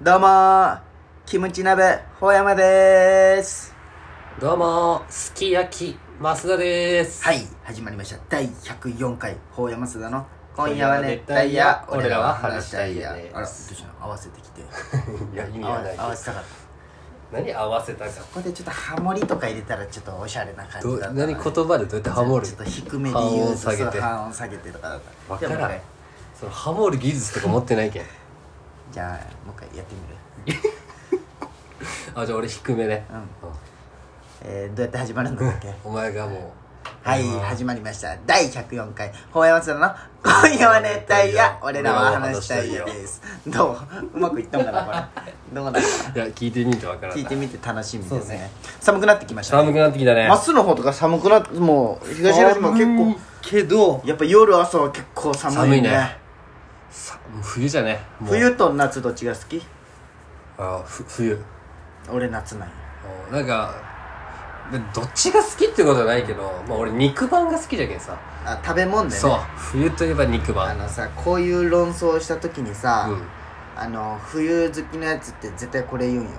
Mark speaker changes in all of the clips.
Speaker 1: どうもー、キムチ鍋、ほやまでーす。
Speaker 2: どうもすき焼き、増田です。
Speaker 1: はい、始まりました。第104回、ほやま須田の、今夜は熱帯夜、俺らは話したいや。あ
Speaker 2: 俺ら
Speaker 1: ら、どう
Speaker 2: は話
Speaker 1: したの合わせてきて。
Speaker 2: いや、意味
Speaker 1: 合わ
Speaker 2: はない。
Speaker 1: 合わせたかった。
Speaker 2: 何合わせたか。
Speaker 1: ここでちょっとハモリとか入れたら、ちょっとおしゃれな感じだ
Speaker 2: ど
Speaker 1: っ
Speaker 2: う
Speaker 1: たな
Speaker 2: 何言葉でどうやってハモる
Speaker 1: ちょっと低めで
Speaker 2: 半
Speaker 1: 言う
Speaker 2: 音下げ
Speaker 1: そう
Speaker 2: て。
Speaker 1: 半音下げてとかだった。
Speaker 2: わからん
Speaker 1: じゃあもう一回
Speaker 2: そのハモる技術とか持ってないけん。
Speaker 1: じゃあ、もう一回やってみる。
Speaker 2: あ、じゃあ俺低めね。
Speaker 1: う
Speaker 2: うん
Speaker 1: えー、どうやって始まるんだっけ
Speaker 2: お前がも
Speaker 1: はい、始まりました。第104回、ほうやまつらの、今夜は熱帯夜、俺らは話したいよです。どううまくいったんかな、これ。どうだった
Speaker 2: う、いや、聞いてみんとわからん
Speaker 1: 聞い
Speaker 2: な。
Speaker 1: てみて楽しみ
Speaker 2: そ
Speaker 1: で
Speaker 2: う
Speaker 1: す
Speaker 2: ね
Speaker 1: ね。寒くなってきました
Speaker 2: 寒
Speaker 1: ね。
Speaker 2: くなってきたね
Speaker 1: ま。っすの方とか寒くなって、もう、東浦島結
Speaker 2: 寒い
Speaker 1: 構、
Speaker 2: けど、
Speaker 1: やっぱ夜朝は結構寒
Speaker 2: 寒
Speaker 1: い
Speaker 2: い
Speaker 1: ね。
Speaker 2: ね。さもう冬じゃね。もう
Speaker 1: 冬と夏どっちが好き
Speaker 2: あ、ふ冬。
Speaker 1: 俺夏なんや。
Speaker 2: うんなんか、でどっちが好きってことはないけど、まあ俺肉まんが好きじゃけんさ。
Speaker 1: あ、食べ物でね。
Speaker 2: そう。冬といえば肉ま
Speaker 1: あ
Speaker 2: ん。
Speaker 1: のさ、こういう論争をした時にさ、
Speaker 2: うん
Speaker 1: あの、冬好きのやつって絶対これ言うんよ。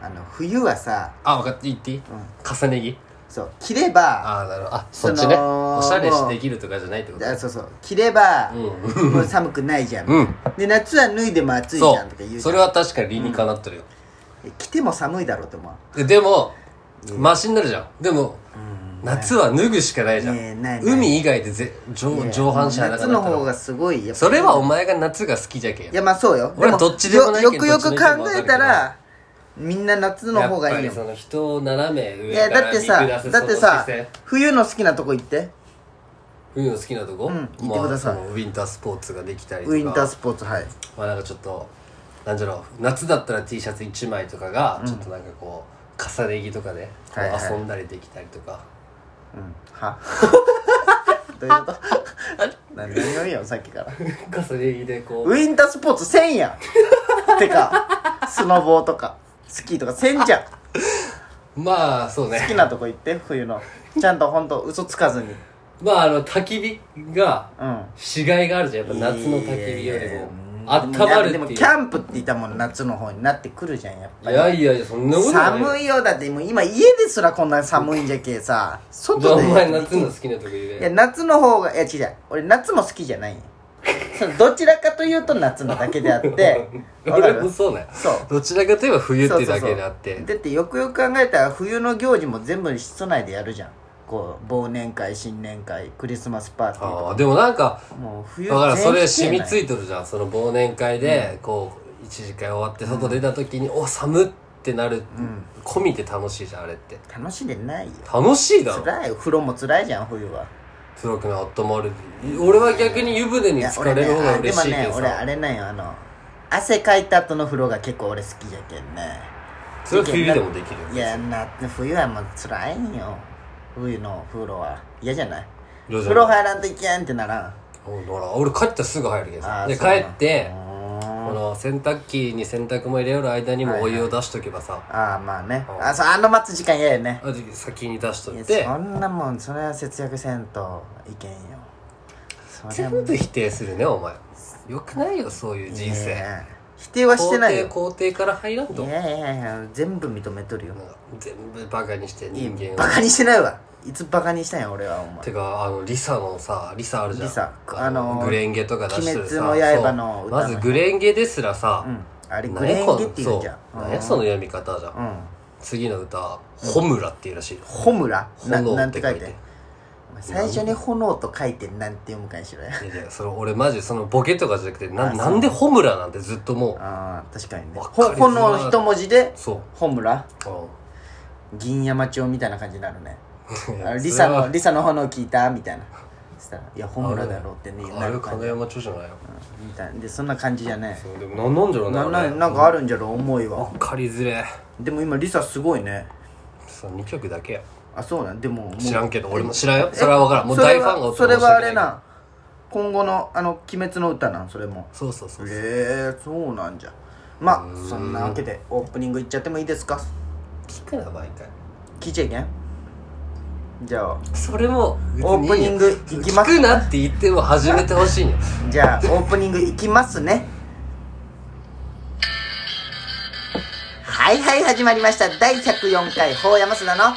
Speaker 1: あの、冬はさ、
Speaker 2: あ、分かって、言っていい重ね着
Speaker 1: そう切れば
Speaker 2: ああ、なるほど。あ、そっちね。
Speaker 1: その
Speaker 2: おしゃれしてできるとかじゃないってこと
Speaker 1: あそうそう切れば、
Speaker 2: う
Speaker 1: もう寒くないじゃん、
Speaker 2: うん。
Speaker 1: で夏は脱いでも暑いじ
Speaker 2: そ
Speaker 1: ゃんとか言う
Speaker 2: う。
Speaker 1: じゃ
Speaker 2: そ
Speaker 1: ん
Speaker 2: れは確かに理にかなってるよ。
Speaker 1: 着ても寒いだろうと思
Speaker 2: ででも、マシになるじゃん。でも、夏は脱ぐしかないじゃ
Speaker 1: ねえない
Speaker 2: ん。
Speaker 1: ない
Speaker 2: 海以外でぜ
Speaker 1: う
Speaker 2: 上
Speaker 1: ね
Speaker 2: 上半身裸
Speaker 1: 夏
Speaker 2: にな
Speaker 1: の
Speaker 2: った
Speaker 1: 方
Speaker 2: ら。
Speaker 1: がすごいやっぱ
Speaker 2: それはお前が夏が好きじゃけん。
Speaker 1: いやまあそうよ
Speaker 2: 俺はどっちでもないけど
Speaker 1: よよくよく考えた
Speaker 2: ど
Speaker 1: らみんな夏の方がいい
Speaker 2: やっ
Speaker 1: よ
Speaker 2: ぱりその人を斜め
Speaker 1: い
Speaker 2: 上
Speaker 1: や
Speaker 2: から
Speaker 1: だってさ
Speaker 2: 見下す
Speaker 1: だってさ
Speaker 2: その視線
Speaker 1: 冬の好きなとこ行って
Speaker 2: 冬の好きなと
Speaker 1: う
Speaker 2: こうん
Speaker 1: 行ってください
Speaker 2: ウィンタースポーツができたりと
Speaker 1: ウ
Speaker 2: か。
Speaker 1: ィンタースポーツはい
Speaker 2: まあなんかちょっとなんじゃろう夏だったら T シャツ1枚とかがちょっとなんかこう、重ね着とかでこ
Speaker 1: はいはいう
Speaker 2: 遊んだりできたりとか、
Speaker 1: うんはどういうこと何を言うよさっきから
Speaker 2: 重ね着でこう
Speaker 1: ウィンタースポーツせんや んてかスノボーとかスキーとかせんじゃん好
Speaker 2: まあそ う
Speaker 1: き
Speaker 2: ね
Speaker 1: なとこ行って冬のちゃんとほんと嘘つかずに
Speaker 2: まああの焚き火が
Speaker 1: うん
Speaker 2: 死骸があるじゃんやっぱ夏の焚き火よりも温まるって
Speaker 1: でも
Speaker 2: いう
Speaker 1: キャンプって言ったもん夏の方になってくるじゃんやっぱ
Speaker 2: い
Speaker 1: り
Speaker 2: やいやいやそんなことない
Speaker 1: 寒いよだってもう今家ですらこんな寒いんじゃけえさ
Speaker 2: じゃあ
Speaker 1: 外
Speaker 2: お
Speaker 1: で
Speaker 2: 前夏の好きなとこ言
Speaker 1: いや
Speaker 2: え
Speaker 1: 夏の方がいや違う俺夏も好きじゃないん よそのどちらかというと夏のだけであって わか
Speaker 2: 俺も
Speaker 1: る
Speaker 2: そうだよ
Speaker 1: そう
Speaker 2: どちらかといえば冬ってだけであっ
Speaker 1: そ
Speaker 2: て
Speaker 1: うそうそうだってよくよく考えたら冬の行事も全部室内でやるじゃんこう忘年会新年会クリスマスパーティー
Speaker 2: ああでもなんか
Speaker 1: とかもう冬
Speaker 2: だからそれ
Speaker 1: 全
Speaker 2: 染み
Speaker 1: 否定
Speaker 2: ついとるじゃんその忘年会で、こう一時会終わって外出た時に、お寒ってなる、込みで楽しいじゃんあれって
Speaker 1: なんよ楽しんでないよ
Speaker 2: 楽しいだろ
Speaker 1: 辛い風呂も辛いじゃん冬は
Speaker 2: 黒くな温まる俺は逆に湯船に
Speaker 1: や
Speaker 2: 浸かれる方が
Speaker 1: あで
Speaker 2: 嬉
Speaker 1: も
Speaker 2: しいけ
Speaker 1: ね
Speaker 2: どさ、
Speaker 1: 俺あれなんよあの汗かいた後の風呂が結構俺好きじゃけんね
Speaker 2: それは冬でもできるよ
Speaker 1: いやな冬はもう辛いんよ冬の風呂は嫌じゃない
Speaker 2: 嫌じ
Speaker 1: 風
Speaker 2: ゃない
Speaker 1: 呂入らんといけんってならん
Speaker 2: おほら俺帰ったらすぐ入るけど
Speaker 1: あー
Speaker 2: さで帰
Speaker 1: そうなん
Speaker 2: って
Speaker 1: うーん
Speaker 2: この洗濯機に洗濯も入れよる間にもお湯を出しとけばさ、
Speaker 1: ああまあね
Speaker 2: うん
Speaker 1: あそうあの待つ時間嫌よね
Speaker 2: あ先に出しとい
Speaker 1: い
Speaker 2: て
Speaker 1: やそんなもんそれは節約せんといけんよそれは
Speaker 2: 全
Speaker 1: もう
Speaker 2: 部否定するねお前よくないよそういう人
Speaker 1: い
Speaker 2: 生
Speaker 1: や否定はしてないよ
Speaker 2: 工程工程から入らん
Speaker 1: い
Speaker 2: と
Speaker 1: やいやいや全部認めとるよ
Speaker 2: 全部バカにして人間を
Speaker 1: バカにしてないわいつバカにしたんや俺はお前
Speaker 2: てかあのリサのさリサあるじゃん
Speaker 1: リサ
Speaker 2: あの
Speaker 1: あの
Speaker 2: グレンゲとか出してるさ
Speaker 1: 鬼滅の刃の
Speaker 2: そう
Speaker 1: 歌の
Speaker 2: まずグレンゲですらさ、
Speaker 1: うんあれグ
Speaker 2: 何や
Speaker 1: レー
Speaker 2: こ
Speaker 1: ンゲって言うんじゃん
Speaker 2: そう何やその読み方じゃん、
Speaker 1: うん
Speaker 2: 次の歌「ホムラ」っていう らしいよ
Speaker 1: ホムラな
Speaker 2: 炎
Speaker 1: な
Speaker 2: っ
Speaker 1: んて
Speaker 2: て
Speaker 1: 書
Speaker 2: 書
Speaker 1: い
Speaker 2: い
Speaker 1: て
Speaker 2: て
Speaker 1: お前最初に炎と書いてなんて読むかにしろや
Speaker 2: いやいやそれ俺マジそのボケとかじゃなくてな
Speaker 1: あ
Speaker 2: なんで「ホムラ」なんてずっとも
Speaker 1: ああ確かにね
Speaker 2: わかりづらい
Speaker 1: 炎一文字で
Speaker 2: うそう
Speaker 1: ホムラ
Speaker 2: う
Speaker 1: 銀山町みたいな感じになるね
Speaker 2: ん
Speaker 1: あリサ
Speaker 2: それは
Speaker 1: のリサの炎聞いたみたいなそしたら「いやホムラだろ」ってねな
Speaker 2: あれは
Speaker 1: る感
Speaker 2: 金
Speaker 1: じ
Speaker 2: 山町じゃないよ、
Speaker 1: みたいなでそんな感じじゃね
Speaker 2: そうでもなんなんじゃろうね
Speaker 1: な
Speaker 2: あ
Speaker 1: な
Speaker 2: れ
Speaker 1: なんかあるんじゃろ思いは
Speaker 2: わかりづれえ
Speaker 1: でも今リサすごいね
Speaker 2: その2曲だけや
Speaker 1: あそうなんでももう
Speaker 2: 知らんけど俺も知らんよそれは分からんもう大ファンがおった
Speaker 1: それはそれはあれ
Speaker 2: ら申し訳いけど
Speaker 1: な今後のあの「鬼滅の歌」なんそれも
Speaker 2: そうそうそうそう
Speaker 1: ええそうなんじゃまあそんなわけでオープニングいっちゃってもいいですか
Speaker 2: 聞くな毎回
Speaker 1: 聞いちゃいけんじゃあ
Speaker 2: それも
Speaker 1: オープニング
Speaker 2: 別に
Speaker 1: いきます
Speaker 2: 聞くなって言っても始めてほしいんよ
Speaker 1: じゃあオープニングいきますねはいはい始まりました第104回法山砂の今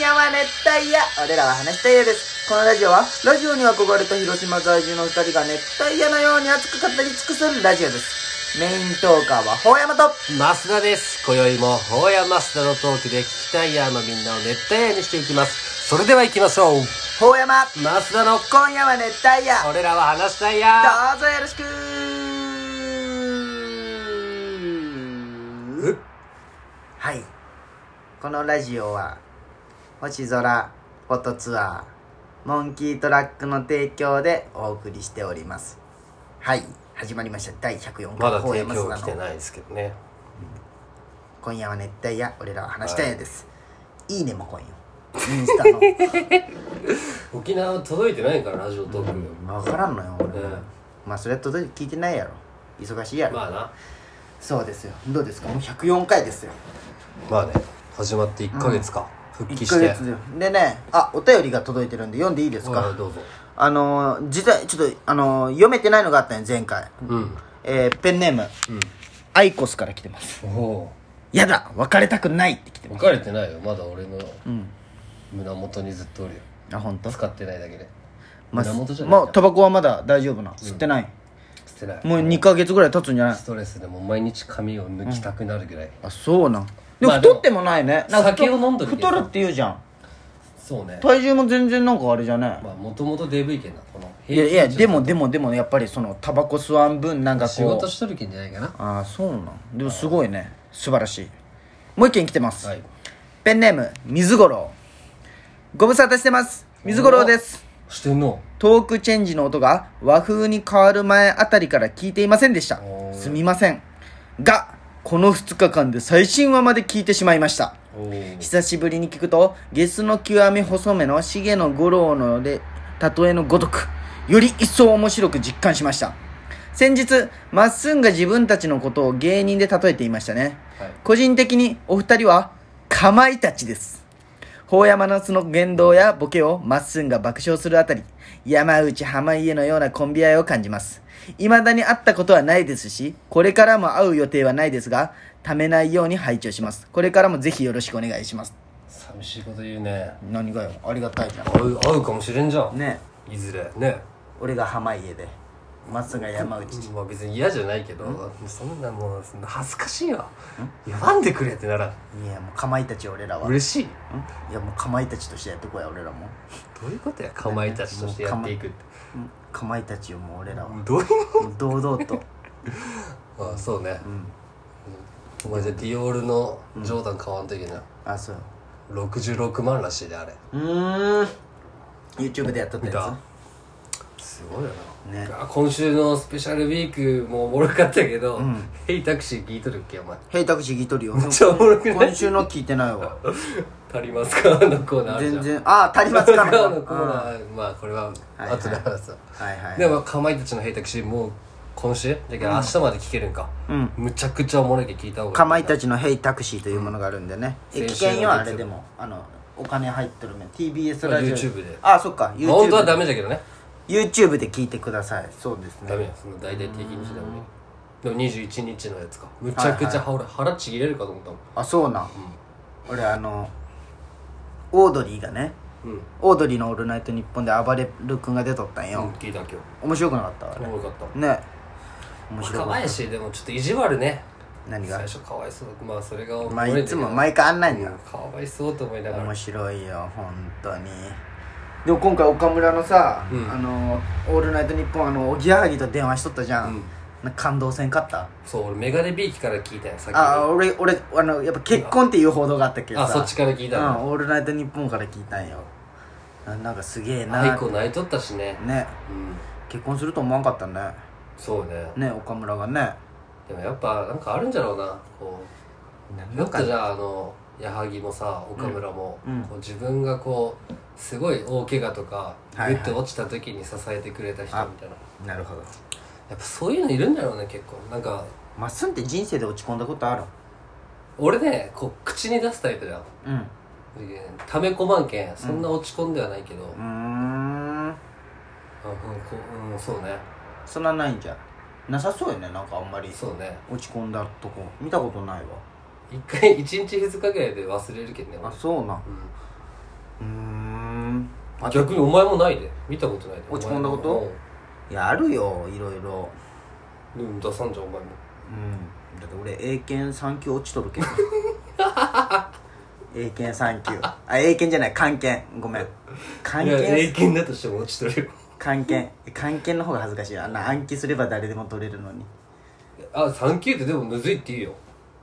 Speaker 1: 夜は熱帯夜俺らは話したい夜ですこのラジオはラジオに憧れた広島在住の2人が熱帯夜のように熱く語り尽くすラジオですメイントーカーは法山と
Speaker 2: 増田です。今宵も、ほうや増田のトークで聞きたいやのみんなを熱帯夜にしていきます。それでは行きましょう。
Speaker 1: 法山
Speaker 2: 増田の、
Speaker 1: 今夜は熱帯夜
Speaker 2: 俺らは話したいや
Speaker 1: どうぞよろしく
Speaker 2: うっ
Speaker 1: はいこのラジオは星空フォトツアーモンキートラックの提供でお送りしておりますはい始まりました第104
Speaker 2: ま
Speaker 1: 回
Speaker 2: だ提
Speaker 1: 山
Speaker 2: 供
Speaker 1: 空
Speaker 2: 来て
Speaker 1: の
Speaker 2: ないですけどね。
Speaker 1: 今夜は熱帯夜俺らは話したいです、い、いねも来んよインスタの
Speaker 2: 沖縄届いてないから、ラジオトーク。
Speaker 1: 分からんの よ俺、
Speaker 2: うん
Speaker 1: まあそれは届いて聞いてないやろ忙しいやろ、
Speaker 2: まあな。
Speaker 1: そうですよどうですかもう104回ですよ
Speaker 2: まあね、始まって1ヶ月か。復帰
Speaker 1: 1
Speaker 2: し
Speaker 1: ヶ
Speaker 2: て。
Speaker 1: 月ででねあお便りが届いてるんで読んでいいです
Speaker 2: は
Speaker 1: か
Speaker 2: い、どうぞ。
Speaker 1: あのー実はちょっとあのー読めてないのがあったね前回、
Speaker 2: うん。
Speaker 1: えーペンネーム、アイコスから来てます
Speaker 2: おお
Speaker 1: やだ別れたくないって来て
Speaker 2: ー。
Speaker 1: ま
Speaker 2: 別れてないよ。まだ俺の
Speaker 1: ん
Speaker 2: 胸元にずっとおるよ。
Speaker 1: すあ本当。
Speaker 2: 使ってないだけで。
Speaker 1: ま
Speaker 2: 胸元じゃない
Speaker 1: もうタバコはまだ大丈夫な吸ってない、
Speaker 2: 捨てない。
Speaker 1: もう2ヶ月ぐらい経つんじゃない
Speaker 2: ストレスでも毎日髪を抜きたくなるぐらい、
Speaker 1: あそうなんでも
Speaker 2: まあでも
Speaker 1: 太ってもないねなんか太
Speaker 2: 酒を飲んどるけど
Speaker 1: 太るって言うじゃん
Speaker 2: そうね
Speaker 1: 体重も全然なんかあれじゃね、
Speaker 2: まあもともと DV 系なこの
Speaker 1: いやいや
Speaker 2: 平均値
Speaker 1: でもでもでもやっぱりそのタバコ吸わん分なんかこう
Speaker 2: 仕事しとるけんじゃないかな
Speaker 1: ああそうなんでもすごいね素晴らしいもう一件来てます、
Speaker 2: はい
Speaker 1: ペンネーム水五郎ご無沙汰してます水五郎です
Speaker 2: してんの
Speaker 1: トークチェンジの音が和風に変わる前あたりから聞いていませんでした
Speaker 2: おー
Speaker 1: すみませんがこの2日間で最新話まで聞いてしまいました
Speaker 2: おー
Speaker 1: 久しぶりに聞くとゲスの極み細めの重野五郎の例えのごとくより一層面白く実感しました先日まっすんが自分たちのことを芸人で例えていましたね
Speaker 2: はい
Speaker 1: 個人的にお二人はかまいたちです法山のその言動やボケをまっすんが爆笑するあたり山内濱家のようなコンビ愛を感じます未だに会ったことはないですしこれからも会う予定はないですがためないように拝聴しますこれからもぜひよろしくお願いします
Speaker 2: 寂しいこと言うね
Speaker 1: 何がよありがたいじゃ
Speaker 2: 会う会うかもしれんじゃん、
Speaker 1: ね
Speaker 2: いずれね
Speaker 1: 俺が濱家でまっすんが山内
Speaker 2: まあ別に嫌じゃないけどそんなもうそんな恥ずかしいわ呼ばんでくれってならん
Speaker 1: いやもうかまいたち俺らは
Speaker 2: 嬉しい
Speaker 1: いやもうかまいたちとしてやってこいや俺らも
Speaker 2: どういうことやかまいたちとしてやっていくって
Speaker 1: うんかまいたちよもう俺らはも
Speaker 2: どういう
Speaker 1: う堂々と
Speaker 2: あそうね、お前じゃあディオールのジョーダン買わんといけない、
Speaker 1: あそう
Speaker 2: 66万らしいであれ
Speaker 1: うーん YouTube でやっとった
Speaker 2: 見た
Speaker 1: や
Speaker 2: すごいよな、
Speaker 1: ね
Speaker 2: あ今週のスペシャルウィークもおもろかったけど、ヘイタクシー聞いとるっけお前
Speaker 1: つヘイタクシー聞いとるよ
Speaker 2: っちゃおもろくない
Speaker 1: 今週の聞いてないわ
Speaker 2: 足りますかあのコーナーあるじ
Speaker 1: 全
Speaker 2: ゃん
Speaker 1: 然あ足ります
Speaker 2: 足
Speaker 1: かな
Speaker 2: ります かあ
Speaker 1: は
Speaker 2: のコーナー、まあこれは後で話すわ、
Speaker 1: いはい
Speaker 2: でもかまいたちのヘイタクシーもう今週だけど明日まで聞けるんか、
Speaker 1: うん
Speaker 2: むちゃくちゃおもろいけ聞いた方がいい
Speaker 1: かまいたちのヘイタクシーというものがあるんでね
Speaker 2: うん
Speaker 1: え危険よあれでもあのお金入ってるね TBS
Speaker 2: まあ
Speaker 1: ラジオ
Speaker 2: YouTube で
Speaker 1: あそっか
Speaker 2: まあ本当はダ
Speaker 1: YouTube
Speaker 2: メだけどね
Speaker 1: YouTube で聞いてくださいそうです
Speaker 2: ダ
Speaker 1: ね
Speaker 2: メよその大体定期日ダメでも21日のやつかむちゃくちゃ俺、腹ちぎれるかと思ったもん
Speaker 1: あそうなん俺あのオードリーがね
Speaker 2: うん、うん、
Speaker 1: オードリーの「オールナイトニッポン」で暴れる君が出とったんよ
Speaker 2: 聞いた今日
Speaker 1: 面白くなかったあれ
Speaker 2: おもろかった
Speaker 1: ね面白
Speaker 2: か
Speaker 1: い
Speaker 2: わいしでもちょっと意地悪ね
Speaker 1: 何
Speaker 2: 最
Speaker 1: が
Speaker 2: 初かわいそうまあそれが
Speaker 1: まあ
Speaker 2: 俺
Speaker 1: いつも
Speaker 2: ね
Speaker 1: 毎回あんなん
Speaker 2: う
Speaker 1: よ
Speaker 2: んかわいそうと思いながら
Speaker 1: 面白いよ本当にでも今回岡村のさ、
Speaker 2: うん
Speaker 1: あの「オールナイトニッポン」あのおぎやはぎと電話しとったじゃん、
Speaker 2: うん
Speaker 1: なんか感動せんかった
Speaker 2: そう俺メガネビーキから聞いたよさっき
Speaker 1: あ俺俺あのやっぱ結婚っていう報道があったけどさ
Speaker 2: あそっちから聞いた
Speaker 1: うん「
Speaker 2: の
Speaker 1: オールナイトニッポン」から聞いたんよななんかすげえな
Speaker 2: アイコ泣いとったしね
Speaker 1: ね
Speaker 2: うん
Speaker 1: 結婚すると思わんかったね
Speaker 2: そうね
Speaker 1: ね岡村がね
Speaker 2: でもやっぱなんかあるんじゃろうなこうもっとじゃああの矢作もさ岡村も、
Speaker 1: うん
Speaker 2: こう自分がこうすごい大怪我とかグ
Speaker 1: はいはい
Speaker 2: ッと落ちた時に支えてくれた人みたいな
Speaker 1: なるほど
Speaker 2: やっぱそういうのいるんだろうね結構なんか
Speaker 1: まっすんって人生で落ち込んだことある
Speaker 2: 俺ねこう口に出すタイプだよ
Speaker 1: うん
Speaker 2: で溜め込まんけんそんな落ち込んではないけど、
Speaker 1: うーん
Speaker 2: あうんこううん、そうね
Speaker 1: そんなないんじゃんなさそうよねなんかあんまり
Speaker 2: そうね
Speaker 1: 落ち込んだとこ見たことないわ
Speaker 2: 一回 一日二日ぐらいで忘れるけんね俺
Speaker 1: あそうなんう
Speaker 2: うん
Speaker 1: ーんあ
Speaker 2: 逆にお前もないで見たことないで
Speaker 1: 落ち込んだこと
Speaker 2: お前も
Speaker 1: やあるよいろいろ
Speaker 2: うんうん出さんじゃんお前も
Speaker 1: うんだって俺英検3級落ちとるけ ん英検3級あ英検じゃない漢検ごめん漢
Speaker 2: いや英
Speaker 1: 検
Speaker 2: 検だとしても落ちとるよ
Speaker 1: 漢検漢検の方が恥ずかしいあんな暗記すれば誰でも取れるのに
Speaker 2: あ3級ってでもむずいって言うよ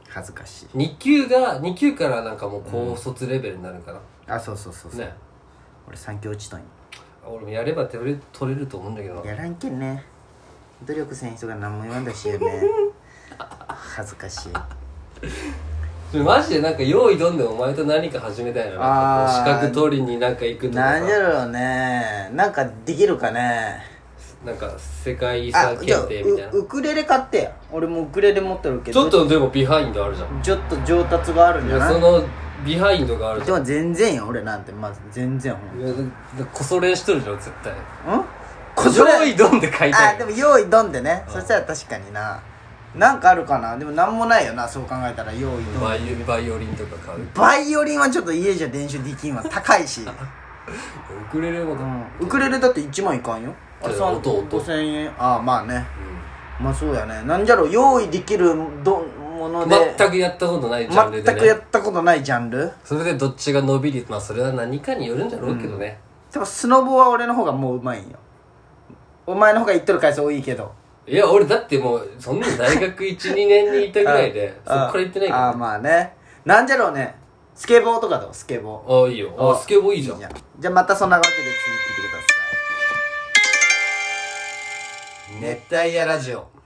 Speaker 1: 恥ずかしい
Speaker 2: 2級が2級からなんかもう高卒レベルになるから、
Speaker 1: あそうそうそうそう、
Speaker 2: ね
Speaker 1: 俺3級落ちとんよ
Speaker 2: 俺もやれば取れ取れると思うんだけど
Speaker 1: やらんけんね努力せん人が何も言わんだしよ ね恥ずかしい
Speaker 2: マジでなんか用意どんでお前と何か始めたいななんかこう
Speaker 1: あー
Speaker 2: 資格取りになんか行くとか
Speaker 1: なんじゃ
Speaker 2: さ
Speaker 1: ろうねなんかできるかね
Speaker 2: なんか世界遺
Speaker 1: あ
Speaker 2: 産
Speaker 1: じゃあ
Speaker 2: 検定みたいな
Speaker 1: ウウクレレ買ってや俺もウクレレ持ってるけ
Speaker 2: ちょ
Speaker 1: ど
Speaker 2: っとでもビハインドあるじゃん
Speaker 1: ちょっと上達があるん
Speaker 2: い
Speaker 1: じゃ
Speaker 2: や
Speaker 1: な
Speaker 2: そ
Speaker 1: い
Speaker 2: のビハインドがあるじ
Speaker 1: で
Speaker 2: ゃん
Speaker 1: も全然よ俺なんてまず全然ほん
Speaker 2: いやだだこそ練しとるじゃん絶対
Speaker 1: うん
Speaker 2: こそれ用意どんで買いたい
Speaker 1: あでも用意ドンでねそしたら確かにななんかあるかなでもなんもないよなそう考えたら用意ドン
Speaker 2: バイバイオリンとか買う
Speaker 1: バイオリンはちょっと家じゃ練習できんわ高い し、
Speaker 2: ウクレレも
Speaker 1: う
Speaker 2: だ、
Speaker 1: ん、ウクレレだって1万いかんよあれ
Speaker 2: じゃあ
Speaker 1: 3
Speaker 2: 音音
Speaker 1: 5000円ああまあね
Speaker 2: う
Speaker 1: まあそうやねなんじゃろう用意できるどもの
Speaker 2: ん
Speaker 1: で
Speaker 2: 全くやったことないジャンルで
Speaker 1: 全くや
Speaker 2: ね
Speaker 1: ったことないジャンル
Speaker 2: それでどっちが伸びるまあそれは何かによるんだろうけどね、
Speaker 1: でもスノボは俺の方がもううまいんよお前の方が言ってる回数多いけど
Speaker 2: いや俺だってもうそんな大学12年にいたぐらいでそっから行ってないから
Speaker 1: ああまあねなんじゃろうねスケボーとかどうスケボー
Speaker 2: ああいいよあスケボーいいじゃん
Speaker 1: じゃあじゃあまたそんなわけで次聞いてください熱帯夜ラジオ